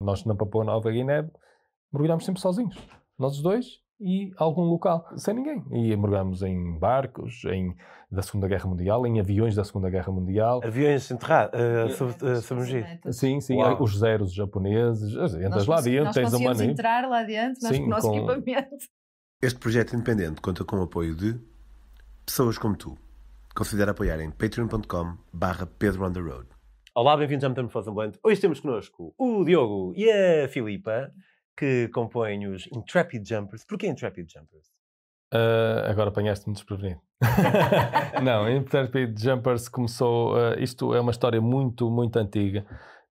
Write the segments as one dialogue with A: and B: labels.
A: Nós na Papua Nova Guiné mergulhámos sempre sozinhos. Nós os dois e algum local, sem ninguém. E mergulhámos em barcos, em, da Segunda Guerra Mundial, em aviões da Segunda Guerra Mundial.
B: Aviões enterrados,
C: é
B: uh, sub, uh, submergidos.
A: Sim, sim,
B: Uau.
A: os zeros japoneses. Entras
C: Nós
A: lá
C: consegui-
A: dentro,
C: nós
A: tens uma
C: conseguimos entrar lá dentro, mas
A: Sim,
C: com o nosso
A: com-
C: equipamento.
D: Este projeto independente conta com o apoio de pessoas como tu. Considera apoiar em patreon.com barra Pedro on the Road.
B: Olá, bem-vindos à Metamorfose Ambulante. Hoje temos connosco o Diogo e a Filipa, que compõem os Intrepid Jumpers. Porquê Intrepid Jumpers?
A: Ah, agora apanhaste-me desprevenido. não, Intrepid Jumpers começou. ah, isto é uma história muito, muito antiga.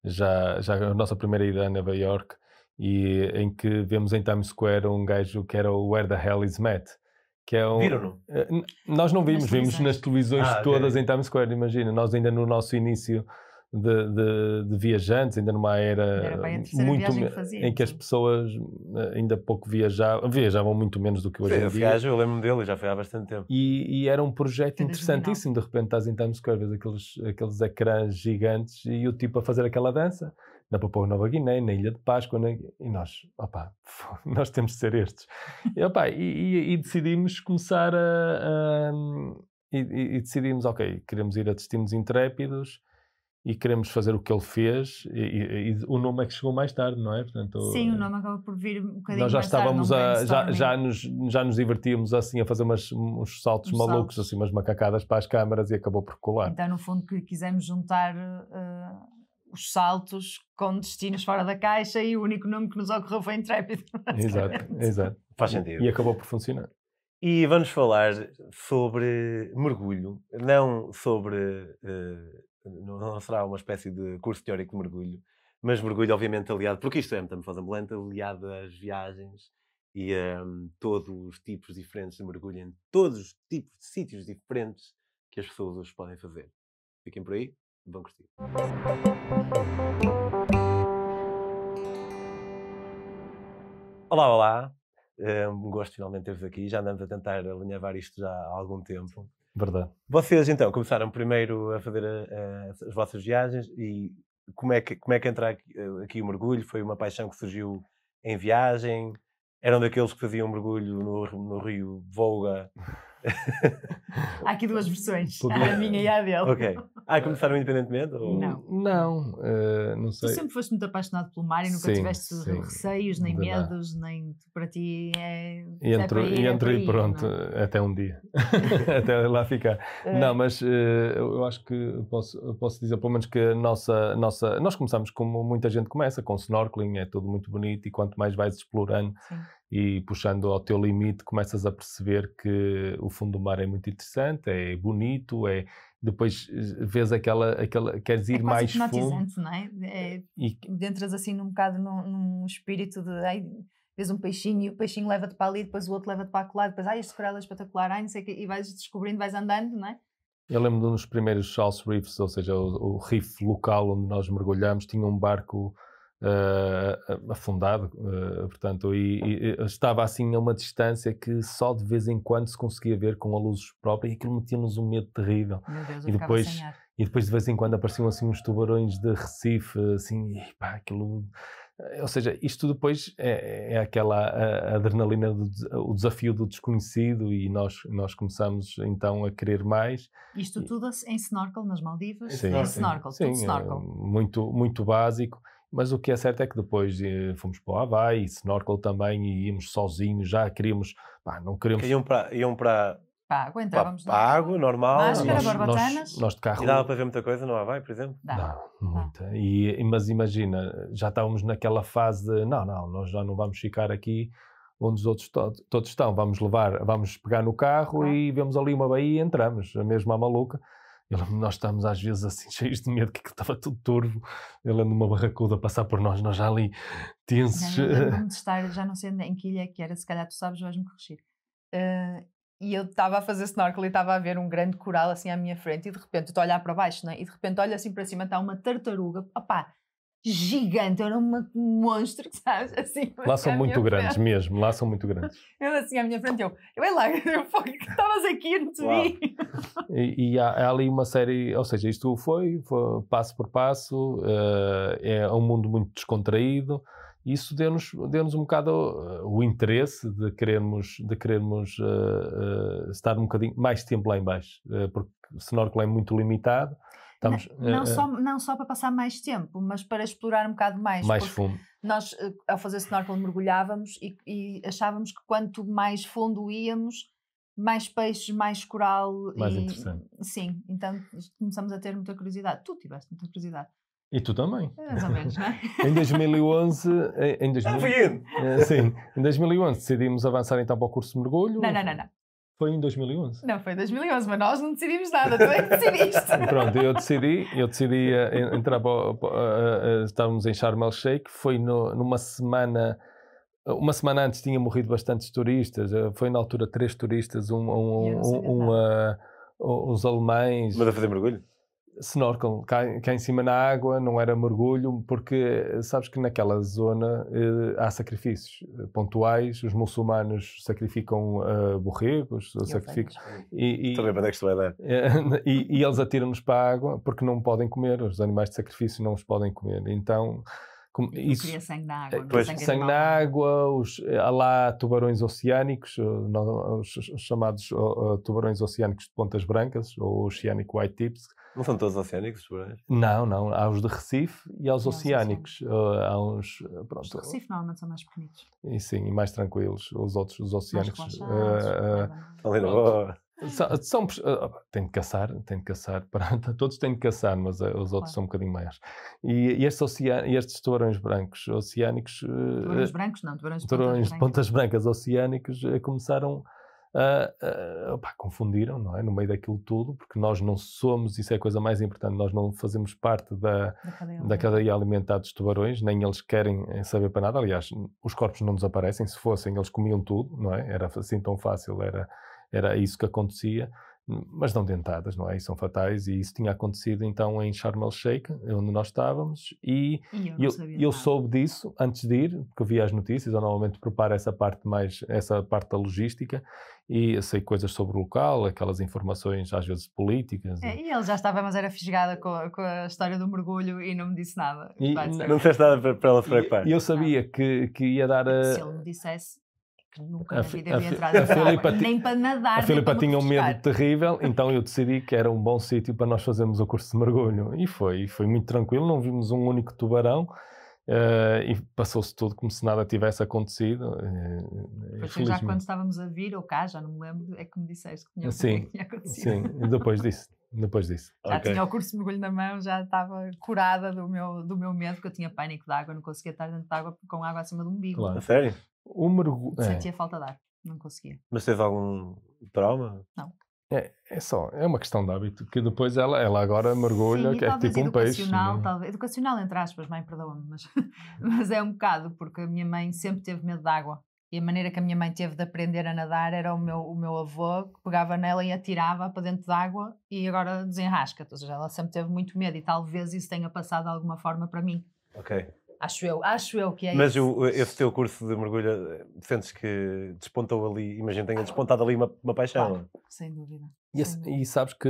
A: Já, já a nossa primeira ida a Nova York e em que vemos em Times Square um gajo que era o Where the Hell is Matt. Que é um,
B: Viram-no?
A: Eh, n- Nós não vimos, vimos
C: televisões.
A: nas televisões
B: Ah, ok.
A: todas em Times Square, imagina. Nós ainda no nosso início de, de- de viajantes, ainda numa
C: Era
A: era
C: bem a terceira
A: eh, muito
C: viagem que
A: me-
C: fazíamos,
A: em que as
C: não é?
A: pessoas eh, ainda pouco viajavam, viajavam muito menos do que hoje em
B: Esse
A: dia.
B: gajo, eu lembro-me dele, já foi há bastante tempo.
A: E, e era um projeto
C: Era
A: interessantíssimo. De repente estás em Times Square, vês aqueles, aqueles ecrãs gigantes e o tipo a fazer aquela dança na Papua Nova Guiné, na Ilha de Páscoa. na- E nós, opá, nós temos de ser estes. E, opá, e, e- e decidimos começar a. a- e, e- e decidimos, ok, queremos ir a destinos intrépidos e queremos fazer o que ele fez. E, e- e o nome é que chegou mais tarde, não é? Portanto,
C: Sim, o nome acaba por vir um bocadinho
A: nós já
C: mais tarde,
A: estávamos
C: num
A: a, já,
C: brainstorming.
A: já, nos, já nos divertíamos assim a fazer umas, uns saltos
C: Uns
A: malucos,
C: saltos.
A: assim, umas macacadas para as câmaras e acabou por colar.
C: Então, no fundo, que quisemos juntar eh, os saltos com destinos fora da caixa e o único nome que nos ocorreu foi Intrépido.
A: exato, exato.
B: Faz sentido.
A: E acabou por funcionar.
B: E vamos falar sobre mergulho, não sobre. eh, não não será uma espécie de curso teórico de mergulho, mas mergulho, obviamente, aliado, porque isto é metamorfose ambulante, aliado às viagens e a hum, todos os tipos diferentes de mergulho, em todos os tipos de sítios diferentes que as pessoas hoje podem fazer. Fiquem por aí, vão curtir. Olá, olá. Eh, Um gosto finalmente de ter-vos aqui. Já andamos a tentar alinhavar isto já há algum tempo.
A: Verdade.
B: Vocês então começaram primeiro a fazer a- a- as vossas viagens e como é que, como é que entra aqui, eh, aqui o mergulho? Foi uma paixão que surgiu em viagem? Eram daqueles que faziam mergulho no, no rio Volga?
C: Há aqui duas versões,
A: Podia-
C: a minha e a dele.
B: Ok. Ah, começaram independentemente? Ou...
C: Não.
A: Não, eh, não
C: Tu
A: sei.
C: sempre foste muito apaixonado pelo mar e nunca
A: Sim,
C: tiveste
A: sim.
C: receios, nem
A: De nada.
C: medos, nem tu- para ti é.
A: E
C: é
A: entro,
C: para ir,
A: e
C: é
A: entro
C: para
A: e
C: ir,
A: pronto,
C: não é?
A: até um dia. até lá ficar. Não, mas eh, eu acho que posso, eu posso dizer, pelo menos, que a nossa, nossa. Nós começamos como muita gente começa, com snorkeling, é tudo muito bonito e quanto mais vais explorando
C: Sim.
A: e puxando ao teu limite, começas a perceber que o fundo do mar é muito interessante, é bonito, é. Depois eh, vês aquela. aquela queres
C: É
A: ir
C: quase
A: mais fundo.
C: hipnotizante, não é? é
A: E,
C: entras assim num bocado num, num espírito de. Ai, vês um peixinho e o peixinho leva-te para ali, depois o outro leva-te para aquele lado, depois, ai, este coral é espetacular, ai, não sei o quê, e vais descobrindo, vais andando, não é?
A: Eu lembro de um dos primeiros Charles Reefs, ou seja, o, o reef local onde nós mergulhamos, tinha um barco ah, afundado, ah, portanto, e, e- e estava assim a uma distância que só de vez em quando se conseguia ver com a luz própria e aquilo metia-nos um medo terrível.
C: Meu Deus,
A: E
C: eu ficava
A: depois-
C: sem ar.
A: E depois de vez em quando apareciam assim uns tubarões de Recife, assim, e pá, aquilo. eh, Ou seja, isto depois é, é aquela a- a adrenalina, do, des- o desafio do desconhecido, e nós, nós começamos então a querer mais.
C: Isto tudo em snorkel nas Maldivas,
A: Sim,
C: em
A: sim.
C: snorkel,
A: Sim,
C: tudo
A: eh,
C: snorkel.
A: muito, muito básico. Mas o que é certo é que depois eh, fomos para o Havaí, e snorkel também, e íamos sozinhos, já queríamos, pá, não queríamos...
B: Que iam para, iam para,
C: Pá, aguenta,
B: para,
C: vamos
B: para
C: lá.
B: água, normal?
C: Máscara,
B: nós-
A: nós,
C: barbatanas?
A: nós, nós de carro...
B: E dava para ver muita coisa no Havaí, por exemplo?
C: Dá.
A: Não, muita. E, mas imagina, já estávamos naquela fase de, não, não, nós já não vamos ficar aqui onde os outros to- todos estão, vamos levar, vamos pegar no carro
C: Claro.
A: e vemos ali uma baía e entramos, a mesma maluca. Eu lembro-me, nós estamos às vezes assim cheios de medo, que aquilo estava tudo turvo. Eu lembro de uma barracuda passar por nós, nós já ali tensos.
C: Já não lembro-me de estar, já não sei onde- em que ilha é que era, se calhar tu sabes, vais-me corrigir. Ah, e eu estava a fazer snorkel e estava a ver um grande coral assim à minha frente e de repente eu estou a olhar para baixo, não é? E de repente olho assim para cima, está uma tartaruga, opá, gigante, eu era uma- um monstro, sabes? Assim,
A: Lá são
C: à
A: muito
C: minha
A: grandes, mesmo. Lá são muito grandes.
C: frente. Eu assim à minha frente, eu, eu "Ei lá, eu fogo, que estavas aqui, eu não te
B: Uau.
C: vi.
A: E, e há, há ali uma série, ou seja, isto foi, foi passo por passo, eh, é um mundo muito descontraído. Isso deu-nos deu um bocado eh, o interesse de querermos, de querermos eh, eh, estar um bocadinho mais tempo lá em baixo, eh, porque o snorkel é muito limitado. Estamos,
C: Não,
A: eh,
C: só, não só para passar mais tempo, mas para explorar um bocado mais.
A: mais
C: porque
A: fundo.
C: nós, eh, ao fazer snorkel, mergulhávamos e, e achávamos que quanto mais fundo íamos, mais peixes, mais coral.
A: Mais
C: e-
A: interessante.
C: Sim, então começamos a ter muita curiosidade. Tu tiveste muita curiosidade.
A: E tu também.
C: Mais ou menos, não é?
A: Em 2011, em- em, 2000
B: Ah, fui eu.
A: eh, sim, em 2011 decidimos avançar então para o curso de mergulho.
C: Não, não, não, não.
A: Foi em 2011.
C: Não, foi 2011, mas nós não decidimos nada. Tu é que decidiste.
A: Pronto, eu decidi, eu decidi eh, en- entrar para, o- para, eh, eh, estávamos em Sharm El Sheikh, foi no- numa semana, uma semana antes tinha morrido bastantes turistas, eh, foi na altura três turistas, um, um-
C: Eu não
A: um-
C: sabia
A: um, eh, um- uns alemães,
B: Mas a fazer mergulho?
A: snorkel, cá, cá em cima na água, não era mergulho, porque eh, sabes que naquela zona eh, há sacrifícios eh, pontuais, os muçulmanos sacrificam eh, borregos, sacrificam... E, e-
B: Estou a ver para onde é que isto vai dar.
A: é, e, e eles atiram-nos para a água porque não podem comer, os animais de sacrifício não os podem comer. Então, como-
C: Isso.
A: isso.
C: Queria sangue na água.
A: eh,
C: não
A: Pois,
C: sangue é
A: sangue na
C: animal.
A: água, os, eh, há lá tubarões oceânicos, eh, não- os, os chamados oh, oh, tubarões oceânicos de pontas brancas, ou Oceanic White Tips.
B: Não são todos oceânicos, os tubarões?
A: Não, não, há os de Recife e há os
C: E há os
A: oceânicos. eh, Há uns, eh,
C: Os
A: pronto,
C: do Recife normalmente são mais pequenitos.
A: e sim, e mais tranquilos, os outros, os
C: Mais
A: oceânicos.
C: relaxados.
A: eh,
C: Tá
A: eh,
C: nada,
B: Estão ali na boa.
A: São, são pes- ah, ah, tem de caçar, tem de caçar. pronto, Todos têm de caçar, mas ah, os outros
C: Claro.
A: são um bocadinho maiores. E, e estes, ocean- e estes tubarões brancos oceânicos, eh,
C: nada. Tubarões brancos, não. Tubarões
A: eh,
C: de pontas
A: tubarões de
C: brancas.
A: pontas brancas oceânicos eh, começaram a, a- opá, confundiram, não é? No meio daquilo tudo, porque nós não somos, isso é a coisa mais importante, nós não fazemos parte da,
C: Da cadeia.
A: da cadeia alimentar dos tubarões, nem eles querem eh, saber para nada. Aliás, os corpos não desaparecem, se fossem, eles comiam tudo, não é? Era assim tão fácil, era, era isso que acontecia. Hum, Mas não dentadas, não é? E são fatais, e isso tinha acontecido então em Sharm el Sheikh, onde nós estávamos, e
C: é. E eu,
A: eu,
C: não sabia
A: eu
C: nada.
A: soube disso antes de ir, porque eu vi as notícias, eu normalmente preparo essa parte mais, essa parte da logística, e eu sei coisas sobre o local, aquelas informações às vezes políticas.
C: É, E ele já estava, mas era fisgada com, a- com a história do mergulho e não me disse nada.
A: E-
C: Vai
A: não-
C: ser.
B: Não disseste nada para, para ela se preocupar.
A: E, e eu sabia que, que ia dar eh, a,
C: Se ele me dissesse que nunca
A: A
C: na
A: Fi-
C: vida
A: a
C: eu ia
A: Fi-
C: entrar
A: a
C: dentro da
A: Filipa
C: água,
A: ti-
C: nem para nadar.
A: A
C: nem
A: Filipa
C: para me
A: tinha um medo
C: refrescar.
A: terrível, então eu decidi que era um bom sítio para nós fazermos o curso de mergulho. E foi, e foi muito tranquilo, não vimos um único tubarão. eh, e passou-se tudo como se nada tivesse acontecido. eh,
C: Depois foi já
A: felizmente.
C: quando estávamos a vir, ou cá, já não me lembro, é que me disseste que tinha,
A: Sim,
C: que tinha acontecido.
A: Sim, e depois disso. Depois disso.
C: Já
B: Ok.
C: tinha o curso de mergulho na mão, já estava curada do meu, do meu medo, porque eu tinha pânico de água, não conseguia estar dentro de água com água acima do umbigo.
A: Claro.
B: A sério?
A: O mergulho. é.
C: Sentia falta de ar, não conseguia.
B: Mas tens algum trauma?
A: É só, é uma questão de hábito, que depois ela, ela agora mergulha,
C: Sim, e
A: que é
C: talvez
A: tipo um peixe.
C: educacional,
A: né?
C: talvez, educacional entre aspas, mãe, perdoa-me, mas, mas é um bocado, porque a minha mãe sempre teve medo de água. E a maneira que a minha mãe teve de aprender a nadar era o meu, o meu avô que pegava nela e atirava para dentro de água e agora desenrasca. Ou seja, ela sempre teve muito medo e talvez isso tenha passado de alguma forma para mim.
B: Ok.
C: Acho eu, acho eu que é
B: Mas
C: isso.
B: o- esse teu curso de mergulho, eh, sentes que despontou ali, imagina, tenha despontado ali uma, uma paixão.
C: Sem dúvida.
A: E,
C: Sem
A: esse- e sabes que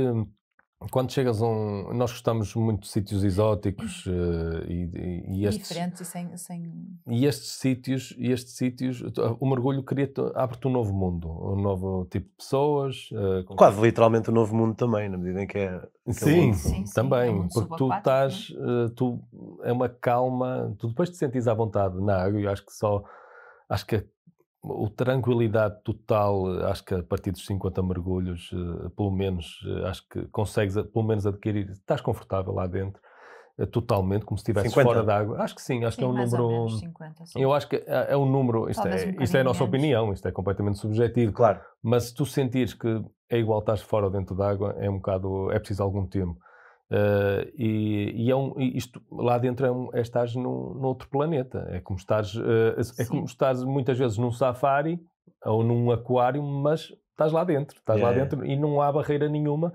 A: quando chegas a um. Nós gostamos muito de sítios exóticos
C: Uhum.
A: eh, e,
C: É
A: e, e estes.
C: Diferente e sem, sem...
A: E estes sítios, e estes sítios tu- o mergulho cria-te- abre-te um novo mundo, um novo tipo de pessoas. eh, com-
B: é? Quase literalmente o novo mundo também, na medida em que é.
A: Sim,
B: mundo.
C: Sim, sim, é né? um
A: também.
C: mundo
A: porque tu
C: subaquático,
A: estás, eh, tu, é uma calma, tu depois te sentes à vontade na água. Eu acho que só, acho que a o tranquilidade total, eh, acho que a partir dos 50 mergulhos, eh, pelo menos, eh, acho que consegues eh, pelo menos adquirir, estás confortável lá dentro, eh, totalmente, como se estivesse
B: 50?
A: fora d'água. Acho que sim, acho que é um
C: mais
A: número.
C: ou menos 50. sim.
A: Eu acho que é é um número, isto,
C: Talvez
A: é,
C: um
A: isto é a
C: bocadinho
A: nossa
C: menos.
A: opinião, isto é completamente subjetivo,
B: Claro.
A: mas se tu sentires que é igual estás fora ou dentro d'água, é um bocado, é preciso algum tempo. Eh, e, e é um, e isto lá dentro é, um, é estás num, num outro planeta. É como estás, eh, é
C: Sim.
A: como estás muitas vezes num safari ou num aquário, mas estás lá dentro, estás lá
B: Yeah.
A: dentro e não há barreira nenhuma.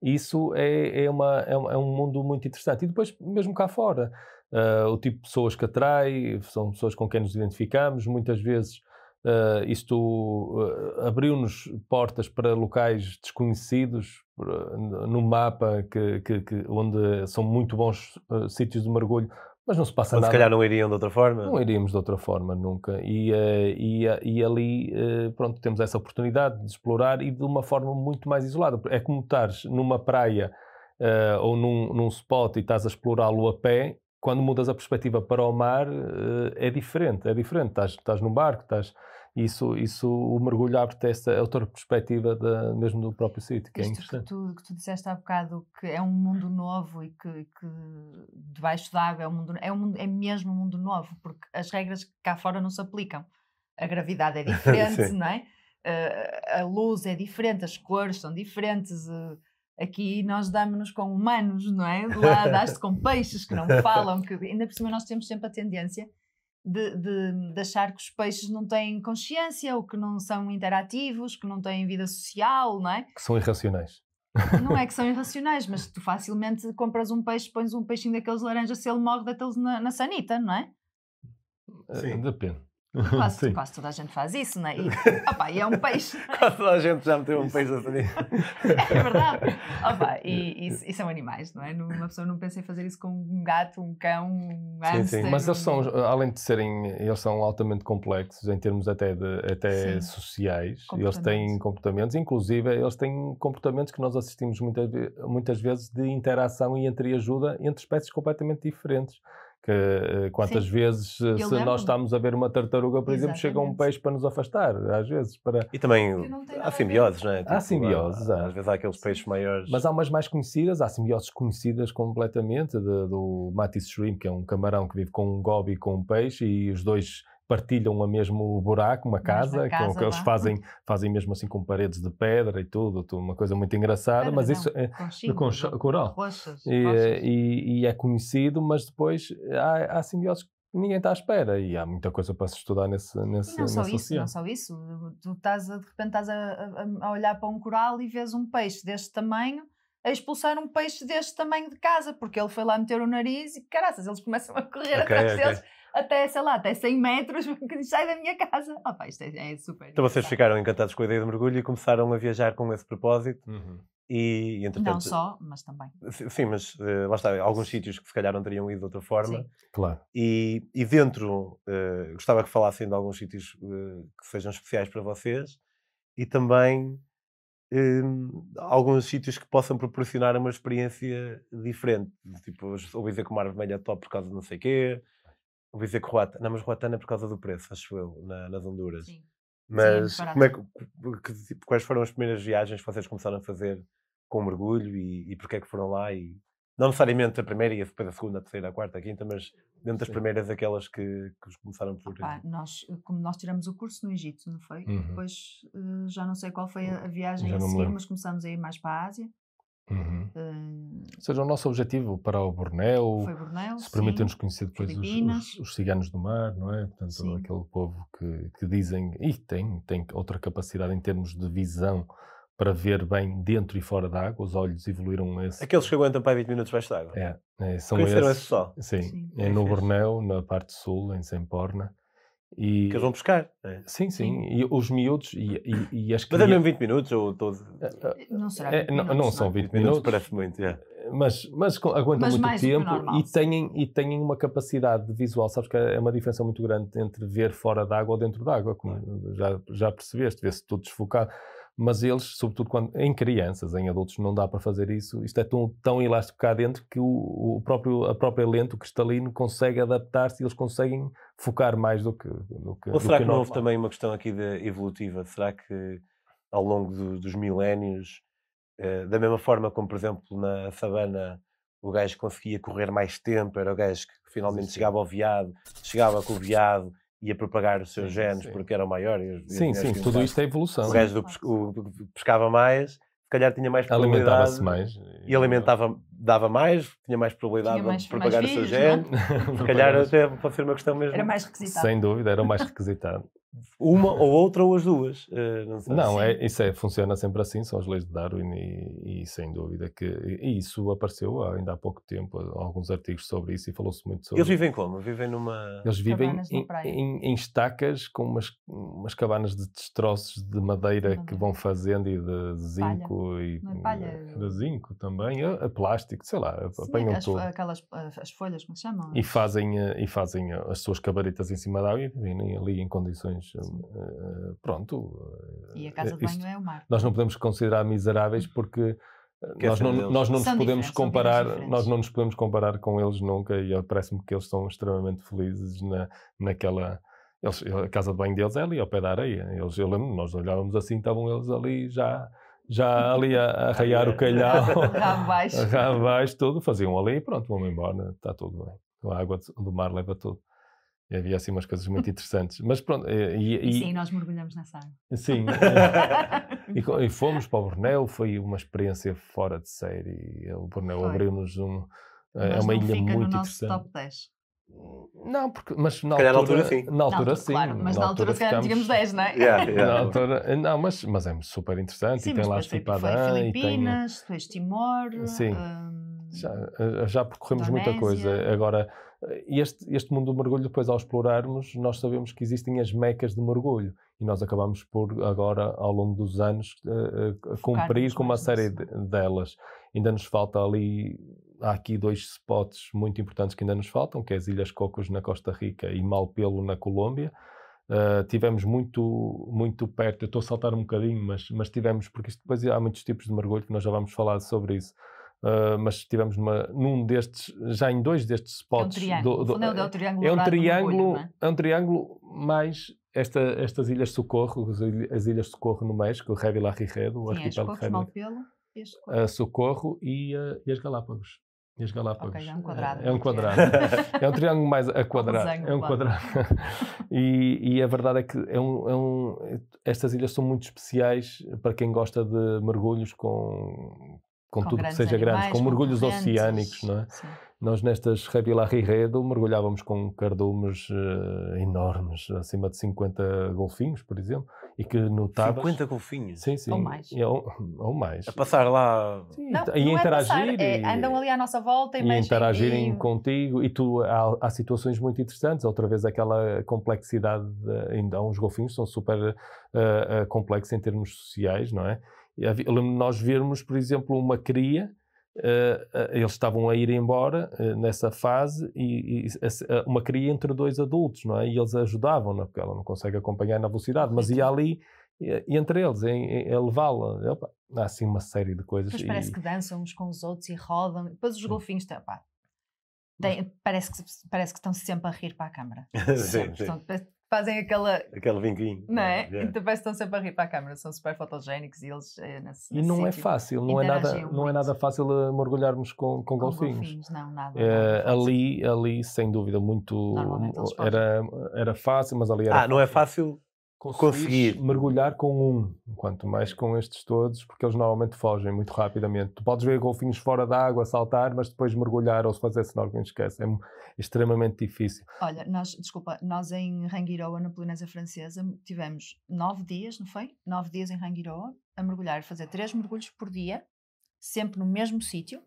A: Isso é, é, uma, é, um, é um mundo muito interessante. E depois, mesmo cá fora, ah, o tipo de pessoas que atrai, são pessoas com quem nos identificamos. Muitas vezes ah, isto ah, abriu-nos portas para locais desconhecidos por- eh, no mapa que, que- que- onde são muito bons ah, sítios de mergulho, mas não se passa
B: Ou se
A: nada.
B: calhar não iriam de outra forma.
A: Não iríamos de outra forma nunca. E, eh, e, eh, e ali, eh, pronto, temos essa oportunidade de explorar e de uma forma muito mais isolada. É como estares numa praia eh, ou num, num spot e estás a explorá-lo a pé, quando mudas a perspectiva para o mar, eh, é diferente, é diferente. Estás, estás num barco, estás... Isso, isso, o mergulho abre-te essa outra perspectiva da- mesmo do próprio sítio, que é
C: Isto que
A: interessante.
C: tu, que tu disseste há bocado, que é um mundo novo e que, que debaixo d'água é, um mundo- é, um mundo- é mesmo um mundo novo, porque as regras cá fora não se aplicam. A gravidade é diferente,
B: Sim.
C: não é? Eh, a luz é diferente, as cores são diferentes. eh, aqui nós damos-nos com humanos, não é? De lá dás-te com peixes que não falam, que ainda por cima nós temos sempre a tendência de, de, de achar que os peixes não têm consciência ou que não são interativos, que não têm vida social, não é?
A: Que são irracionais.
C: Não é que são irracionais, mas tu facilmente compras um peixe, pões um peixinho daqueles laranjas, se ele morre, deitá-los na, na sanita, não é?
A: Eh,
B: Sim.
A: Depende.
C: Quase,
A: Sim.
C: quase toda a gente faz isso, não é? E, opa, e é um peixe,
B: Quase toda a gente já meteu um peixe assim.
C: é verdade. Opa, e, e- e são animais, não é? Não- Uma pessoa não pensa em fazer isso com um gato, um cão, um
B: Sim, sim.
C: hamster.
A: Mas eles
C: um-
A: são, além de serem, eles são altamente complexos em termos até, de- até
C: Sim.
A: sociais. Eles têm
C: Comportamentos.
A: comportamentos, inclusive eles têm comportamentos que nós assistimos muitas, ve- muitas vezes de interação e entre ajuda entre espécies completamente diferentes. Que, eh, quantas
C: Sim.
A: vezes, eh,
C: Eu
A: se
C: lembro-me.
A: nós estamos a ver uma tartaruga, por exemplo, chega um
C: Exatamente.
A: peixe para nos afastar, às vezes. Para...
B: E também
C: Que não tem nada a
B: há
C: ver.
B: simbioses, não é? Tipo,
A: simbioses, há.
B: Às vezes há aqueles peixes maiores.
A: Mas há umas mais conhecidas, há simbioses conhecidas completamente, de- do Mantis Shrimp, que é um camarão que vive com um goby e com um peixe, e os dois partilham o mesmo buraco, uma casa, com-
C: casa,
A: que eles
C: vá.
A: fazem, fazem mesmo assim com paredes de pedra e tudo, tu- uma coisa muito engraçada,
C: Pedra
A: mas
C: não,
A: isso é
C: conchinhas,
A: com cho-
C: ou-
A: coral.
C: Rochas.
A: e,
C: rochas.
A: e- e é conhecido, mas depois há, há simbioses que ninguém está à espera e há muita coisa para se estudar nesse, nesse,
C: E não só
A: nesse
C: isso, não
A: oceano.
C: só isso. Tu estás a, de repente estás a, a- a olhar para um coral e vês um peixe deste tamanho a expulsar um peixe deste tamanho de casa, porque ele foi lá meter o nariz e caraças, eles começam a correr
B: Ok,
C: atrás
B: ok.
C: deles até, sei lá, até 100 metros, porque sai da minha casa. Ah pá, isto é, é super.
B: Então vocês
C: engraçado.
B: ficaram encantados com a ideia de mergulho e começaram a viajar com esse propósito
A: Uhum.
B: e, e, entretanto...
C: Não só, mas também.
B: si- Sim, mas eh, lá está, alguns sítios que se calhar não teriam ido de outra forma.
C: Sim.
A: Claro.
B: E, e dentro, eh, gostava que falassem de alguns sítios eh, que sejam especiais para vocês e também hum, alguns sítios que possam proporcionar uma experiência diferente. Tipo, ouvi dizer que o Mar Vermelho é top por causa de não sei quê, ouvi dizer que Roatana, não, mas Roatana é por causa do preço, acho eu, na- nas Honduras.
C: Sim. é
B: Mas
C: muito
B: como é que- que- tipo, quais foram as primeiras viagens que vocês começaram a fazer com mergulho e, e porque é que foram lá? E, não necessariamente a primeira e a depois a segunda, a terceira, a quarta, a quinta, mas dentro das
A: Sim.
B: primeiras aquelas que, que os começaram por.
C: Pá, nós, como nós tiramos o curso no Egito, não foi?
A: Uhum.
C: Depois eh, já não sei qual foi a a viagem
A: Já
C: a
A: não me
C: seguir,
A: lembro.
C: mas começamos a ir mais para a Ásia.
A: Uhum.
C: Eh,
A: Ou seja, o nosso objetivo para o Borneo,
C: foi Borneo.
A: Se
C: sim.
A: permitem-nos conhecer depois os- os,
C: Filipinas.
A: os ciganos do mar, não é? Portanto,
C: Sim.
A: aquele povo que, que dizem e tem, tem outra capacidade em termos de visão para ver bem dentro e fora da água, os olhos evoluíram esse.
B: Aqueles que aguentam para aí 20 minutos debaixo de água.
A: É, é, são
B: Conheceram esse
A: esses.
B: só.
A: Sim,
C: Sim.
A: é no
B: Fixe.
A: Borneo, na parte sul, em Semporna. E,
B: Que eles vão buscar. é.
A: sim, sim, e os miúdos e, e, e as
B: Mas é
A: crianças.
B: mesmo 20 minutos ou todo.
C: Eh, Não será
A: É,
C: 20
A: não- não
C: minutos,
A: são 20 minutos.
B: parece muito. é.
A: mas, mas co- aguentam
C: Mas
A: muito
C: mais do que o
A: tempo
C: normal,
A: e
C: sim.
A: têm, e têm uma capacidade de visual. Sabes que é uma diferença muito grande entre ver fora d'água ou dentro d'água, como já, já percebeste, vê-se tudo desfocado. Mas eles, sobretudo quando, em crianças, em adultos, não dá para fazer isso. Isto é tão, tão elástico cá dentro que o, o próprio, a própria lente, o cristalino, consegue adaptar-se e eles conseguem focar mais do que. Do que
B: Ou será que não houve
A: normal.
B: também uma questão aqui de evolutiva? Será que ao longo do- dos milénios, eh, da mesma forma como, por exemplo, na savana, o gajo conseguia correr mais tempo, era o gajo que finalmente
A: sim.
B: chegava ao veado, chegava com o veado, ia propagar os seus
A: Sim,
B: genes
A: sim.
B: porque era o maior. e as- e as
A: Sim,
B: mulheres
A: sim,
B: tinham
A: tudo
B: mais.
A: isto é evolução.
B: O
C: Sim,
B: gajo do
C: claro.
B: pesco- o- pescava mais, se calhar tinha mais probabilidade
A: Alimentava-se mais.
B: e alimentava dava mais, tinha mais probabilidade
C: Tinha mais-
B: de propagar
C: mais
B: o seu
C: filhos,
B: gene. Se calhar
A: Mas,
B: até pode ser uma questão mesmo.
C: Era mais requisitado.
A: Sem dúvida, era o mais requisitado.
B: Uma ou outra ou as duas. eh, não sei.
A: Não, é, isso é, funciona sempre assim, são as leis de Darwin e, e sem dúvida que... E isso apareceu ainda há pouco tempo, alguns artigos sobre isso e falou-se muito sobre
B: Eles vivem como? Vivem numa.
A: Eles vivem
C: Cabanas na
A: em,
C: praia.
A: em- em estacas com umas, umas cabanas de destroços de madeira que
C: Madeira. vão
A: vão fazendo e de zinco e hum,
C: Não é palha?
A: de zinco também, a, a plástico, sei lá,
C: Sim,
A: apanham
C: as,
A: tudo
C: aquelas ah, as folhas, como se chamam?
A: e fazem, eh, e fazem as suas cabaretas em cima da água e vivem ali em condições. eh, eh, pronto. eh,
C: E a casa de
A: isto-
C: banho é o mar.
A: Nós não podemos considerar miseráveis Uhum. porque eh,
B: Que é
A: nós
B: ser
A: não,
B: deles.
A: nós não nos
C: São
A: podemos
C: diferentes, são vidas
A: comparar,
C: diferentes.
A: nós não nos podemos comparar com eles nunca e eu- parece-me que eles são extremamente felizes na, naquela eles- a casa de banho deles é ali ao pé da areia. Eles, eu lembro, nós olhávamos assim, estavam eles ali já já ali a, a raiar o calhau,
C: Rabo baixo.
A: já baixo tudo, faziam ali e pronto, vão embora, está tudo bem. A água do mar leva tudo. E havia assim umas coisas muito interessantes. Mas pronto, eh, e,
C: E
A: e-
C: sim, nós mergulhamos nessa água.
A: sim é. e, co- e fomos para o Borneu, foi uma experiência fora de série. E O Borneu
C: Foi.
A: abriu-nos um. É
C: Mas
A: uma
C: não
A: ilha
C: fica
A: muito
C: no nosso
A: interessante.
C: top 10.
A: Não, porque, mas na
B: calhar
A: altura,
B: na altura sim.
A: Na altura, sim.
C: Claro, mas na altura, se calhar, tínhamos
A: ficámos-
C: 10, não é?
B: Yeah,
A: Na
B: yeah.
A: altura, não, mas, mas é super interessante e tem
C: mas
A: lá
C: depois
A: as
C: foi- foi
A: Pipadã e tem.
C: Filipinas, depois Timor.
A: Sim.
C: hum,
A: Já, já percorremos muita coisa.
C: Indonésia.
A: Agora, eh, este, este mundo do mergulho, depois ao explorarmos, nós sabemos que existem as mecas de mergulho. E nós acabamos por, agora, ao longo dos anos, eh, eh, cumprir com uma
C: mais
A: série
C: nisso.
A: de- delas. Ainda nos falta ali, há aqui dois spots muito importantes que ainda nos faltam, que é as Ilhas Cocos na Costa Rica e Malpelo na Colômbia. Eh, tivemos muito, muito perto, eu estou a saltar um bocadinho, mas, mas tivemos, porque isto depois há muitos tipos de mergulho, que nós já vamos falar sobre isso. Uh, mas estivemos numa- num destes, já em dois destes
C: é um
A: spots. do-
C: triângulo. No
A: do-
C: fundo, é o- é o triângulo.
A: é um
C: dourado do mergulho,
A: triângulo,
C: não é?
A: é um triângulo mais esta, estas Ilhas Socorro, as ilha- as Ilhas Socorro no México, o Revi La Rijedo, o
C: é? Sim, as
A: arquipélago
C: cocos,
A: Revi La-
C: Malpelo, este coco.
A: a Socorro e, a- e as Galápagos. E as Galápagos.
C: é um quadrado,
A: É, um
C: porque é-
A: quadrado. é um triângulo mais a quadrado.
C: desenho,
A: É um
C: claro.
A: quadrado. e, e a verdade é que é um, é um- estas ilhas são muito especiais para quem gosta de mergulhos com, com,
C: Com
A: tudo que
C: grandes
A: seja grande,
C: animais,
A: com mergulhos
C: correntes.
A: oceânicos, não é?
C: Sim.
A: Nós nestas Revila Riredo mergulhávamos com cardumes eh, enormes, acima de 50 golfinhos, por exemplo, e que notavas...
B: 50 golfinhos.
A: Sim, sim.
C: mais.
A: e- Ou, ou mais.
B: A passar lá.
A: Sim, então,
C: Não,
A: e
C: não é
A: interagir.
C: passar, é,
A: e-
C: andam ali à nossa volta e,
A: e
C: mexem
A: interagirem
C: e-
A: contigo e tu há, há situações muito interessantes outra vez aquela complexidade de- ainda há uns golfinhos são super eh, eh, complexos em termos sociais não é E havi- eu lembro de nós vermos por exemplo uma cria eh, eh, eles estavam a ir embora eh, nessa fase e, e esse- eh, uma cria entre dois adultos não é e eles ajudavam não é? porque ela não consegue acompanhar na velocidade mas ia ali eh, entre eles em, em- a levá-la Opa, há assim uma série de coisas
C: Depois
A: e-
C: parece que dançam uns com os outros e rodam. Depois os golfinhos têm, pá, têm- parece, que, parece que estão sempre a rir para a câmara.
B: sim, sim.
C: Estão- parece que fazem aquela.
B: Aquele vinquinho.
C: Não é?
B: Yeah.
C: Então parece que estão sempre a rir para a câmara. São super fotogénicos e eles. eh, nesse-
A: E
C: nesse
A: não é
C: sítio.
A: fácil, não é, nada,
C: Interagiam
A: não é
C: muito.
A: nada fácil eh, mergulharmos com, com
C: Com
A: golfinhos.
C: Não, nada.
A: Eh,
C: nada fácil.
A: ali, ali, sem dúvida, muito.
C: Normalmente eles fogem.
A: Era, era fácil, mas ali era.
B: Ah, não é fácil?
A: conseguires
B: conseguir.
A: mergulhar com um, quanto mais com estes todos, porque eles normalmente fogem muito rapidamente. Tu podes ver golfinhos fora da água saltar, mas depois mergulhar ou se fazer snorkeling esquece. É mu- extremamente difícil.
C: Olha, nós, desculpa, nós em Rangiroa, na Polinésia Francesa, tivemos nove dias, não foi? Nove dias em Rangiroa, a mergulhar, a fazer três mergulhos por dia, sempre no mesmo sítio,